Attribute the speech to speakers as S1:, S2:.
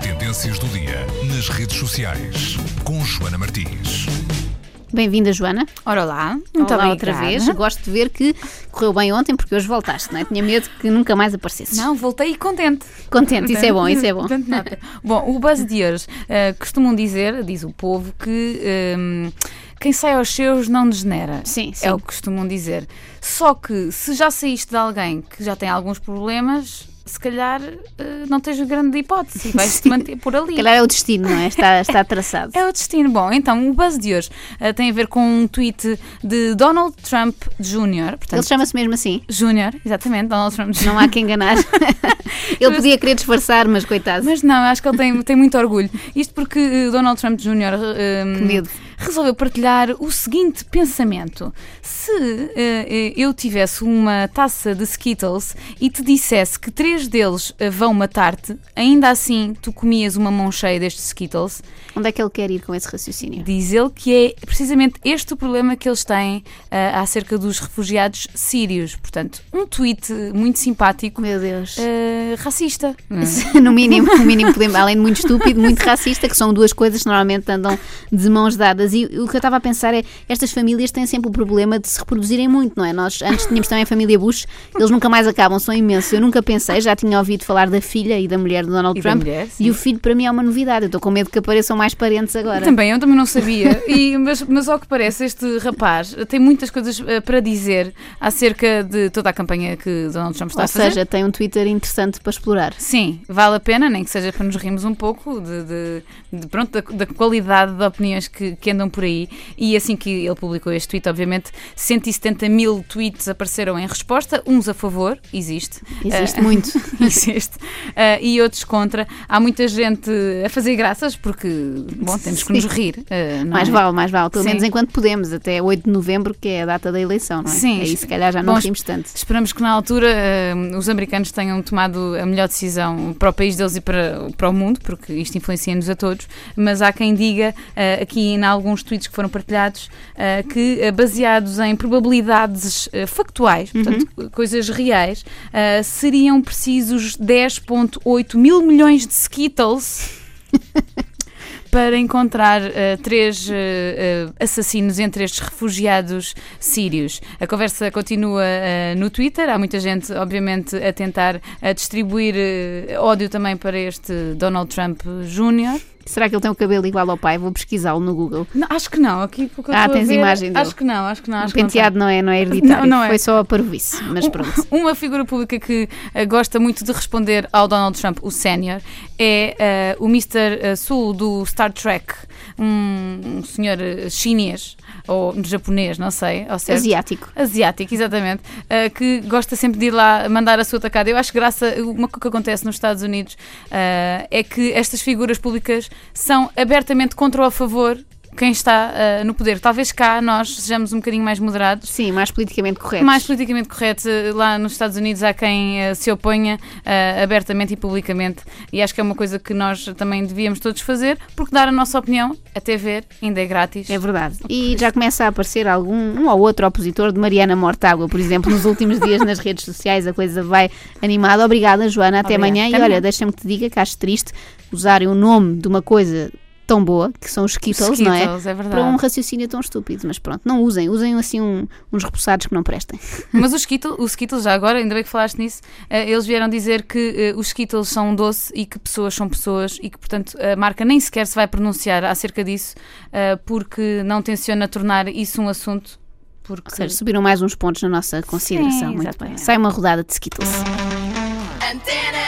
S1: Tendências do dia nas redes sociais com Joana Martins.
S2: Bem-vinda, Joana.
S3: Ora lá,
S2: Muito obrigada.
S3: olá outra vez.
S2: Gosto de ver que correu bem ontem, porque hoje voltaste, não é? Tinha medo que nunca mais aparecesses.
S3: Não, voltei contente.
S2: Contente, isso é bom, isso é bom.
S3: Portanto, nota. bom, o buzz de hoje. eh, costumam dizer, diz o povo, que ehm, quem sai aos seus não degenera.
S2: Sim, sim.
S3: É o que costumam dizer. Só que se já saíste de alguém que já tem alguns problemas, se calhar eh, não tens grande hipótese e vais-te manter por ali.
S2: Calhar é o destino, não é? Está, está traçado.
S3: É o destino. Bom, então o buzz de hoje eh, tem a ver com um tweet de Donald Trump Jr.
S2: Ele
S3: Portanto,
S2: chama-se mesmo assim.
S3: Júnior, exatamente, Donald Trump Jr.
S2: Não há que enganar. Ele podia querer disfarçar, mas coitado.
S3: Mas não, eu acho que ele tem, tem muito orgulho. Isto porque eh, Donald Trump Jr. eh,
S2: medo.
S3: resolveu partilhar o seguinte pensamento: se eh, eh, eu tivesse uma taça de Skittles e te dissesse que três deles eh, vão matar-te, ainda assim tu comias uma mão cheia destes Skittles,
S2: Onde é que ele quer ir com esse raciocínio?
S3: diz ele que é precisamente este o problema que eles têm eh, acerca dos refugiados sírios. Portanto, um tweet muito simpático.
S2: Meu Deus.
S3: eh, racista.
S2: No mínimo, no mínimo podemos, além de muito estúpido, muito racista, que são duas coisas que normalmente andam de mãos dadas. E o que eu estava a pensar é estas famílias têm sempre o problema de se reproduzirem muito, não é? Nós antes tínhamos também a família Bush, eles nunca mais acabam, são imensos. Eu nunca pensei, já tinha ouvido falar da filha e da mulher de Donald
S3: E da
S2: Trump.
S3: mulher,
S2: e o filho para mim é uma novidade. Eu estou com medo que apareçam mais parentes agora.
S3: Também, eu também não sabia, e, mas, mas ao que parece, este rapaz tem muitas coisas eh, para dizer acerca de toda a campanha que Donald Trump está
S2: Ou
S3: a fazer.
S2: seja, tem um Twitter interessante para explorar.
S3: Sim, vale a pena, nem que seja para nos rirmos um pouco de, de- de- pronto, da, da qualidade de opiniões que, que andam por aí. E assim que ele publicou este tweet, obviamente, 170 mil tweets apareceram em resposta, uns a favor, existe.
S2: Existe
S3: Eh,
S2: muito.
S3: existe. eh, e outros contra. Há muita gente a fazer graças porque, bom, temos que nos
S2: Sim.
S3: rir. eh, não
S2: Mais
S3: é?
S2: vale, mais vale. Pelo
S3: Sim.
S2: menos enquanto podemos, até 8 de novembro, que é a data da eleição, não é?
S3: Sim.
S2: Aí se calhar já não
S3: Bom,
S2: rimos tanto.
S3: Esperamos que na altura eh, os americanos tenham tomado a melhor decisão para o país deles e para, para o mundo, porque isto influencia-nos a todos. Mas há quem diga, eh, aqui em alguns tweets que foram partilhados, eh, que eh, baseados em probabilidades eh, factuais, portanto, coisas reais, eh, seriam precisos 10,8 mil milhões de Skittles. Para encontrar eh, três eh, eh, assassinos entre estes refugiados sírios. A conversa continua eh, no Twitter, há muita gente, obviamente, a tentar eh, distribuir eh, ódio também para este Donald Trump Jr.
S2: Será que ele tem o cabelo igual ao pai? Vou pesquisá-lo no Google.
S3: Não, acho que não, aqui porque eu
S2: Ah,
S3: estou a
S2: tens
S3: ver,
S2: imagem dele.
S3: Acho que não, acho que não. Acho
S2: o
S3: que não tem.
S2: penteado não é, não é hereditário,
S3: Não, não é.
S2: foi só a parvoíce, mas pronto.
S3: Um- Uma figura pública que eh, gosta muito de responder ao Donald Trump, o sénior, é eh, o Mr. Sul do Star Trek, um, um senhor eh, chinês ou japonês, não sei, ou seja,
S2: Asiático.
S3: Asiático, exatamente, eh, que gosta sempre de ir lá mandar a sua tacada. Eu acho graça, uma coisa que acontece nos Estados Unidos eh, é que estas figuras públicas são abertamente contra ou a favor quem está eh, no poder. Talvez cá nós sejamos um bocadinho mais moderados,
S2: Sim, mais politicamente correto.
S3: mais politicamente correto. eh, Lá nos Estados Unidos há quem eh, se oponha eh, abertamente e publicamente. E acho que é uma coisa que nós também devíamos todos fazer, porque dar a nossa opinião, até ver, ainda é grátis.
S2: É verdade. E já começa a aparecer algum um ou outro opositor de Mariana Mortágua, por exemplo, nos últimos dias nas redes sociais, a coisa vai animada. Obrigada, Joana, até
S3: Obrigada.
S2: amanhã.
S3: Até
S2: e olha,
S3: amanhã.
S2: deixa-me que te diga que acho triste usarem o nome de uma coisa tão boa, que são os Skittles, não é?
S3: Skittles, é verdade.
S2: Para um raciocínio tão estúpido, mas pronto, não usem, usem assim um- uns repousados que não prestem.
S3: Mas os Skittles, os Skittles, já agora, ainda bem que falaste nisso, eh, eles vieram dizer que eh, os Skittles são um doce e que pessoas são pessoas e que, portanto, a marca nem sequer se vai pronunciar acerca disso eh, porque não tenciona tornar isso um assunto. Porque...
S2: Ou seja, subiram mais uns pontos na nossa consideração. Muito bem.
S3: exatamente.
S2: Sai uma rodada de Skittles.
S4: Antenna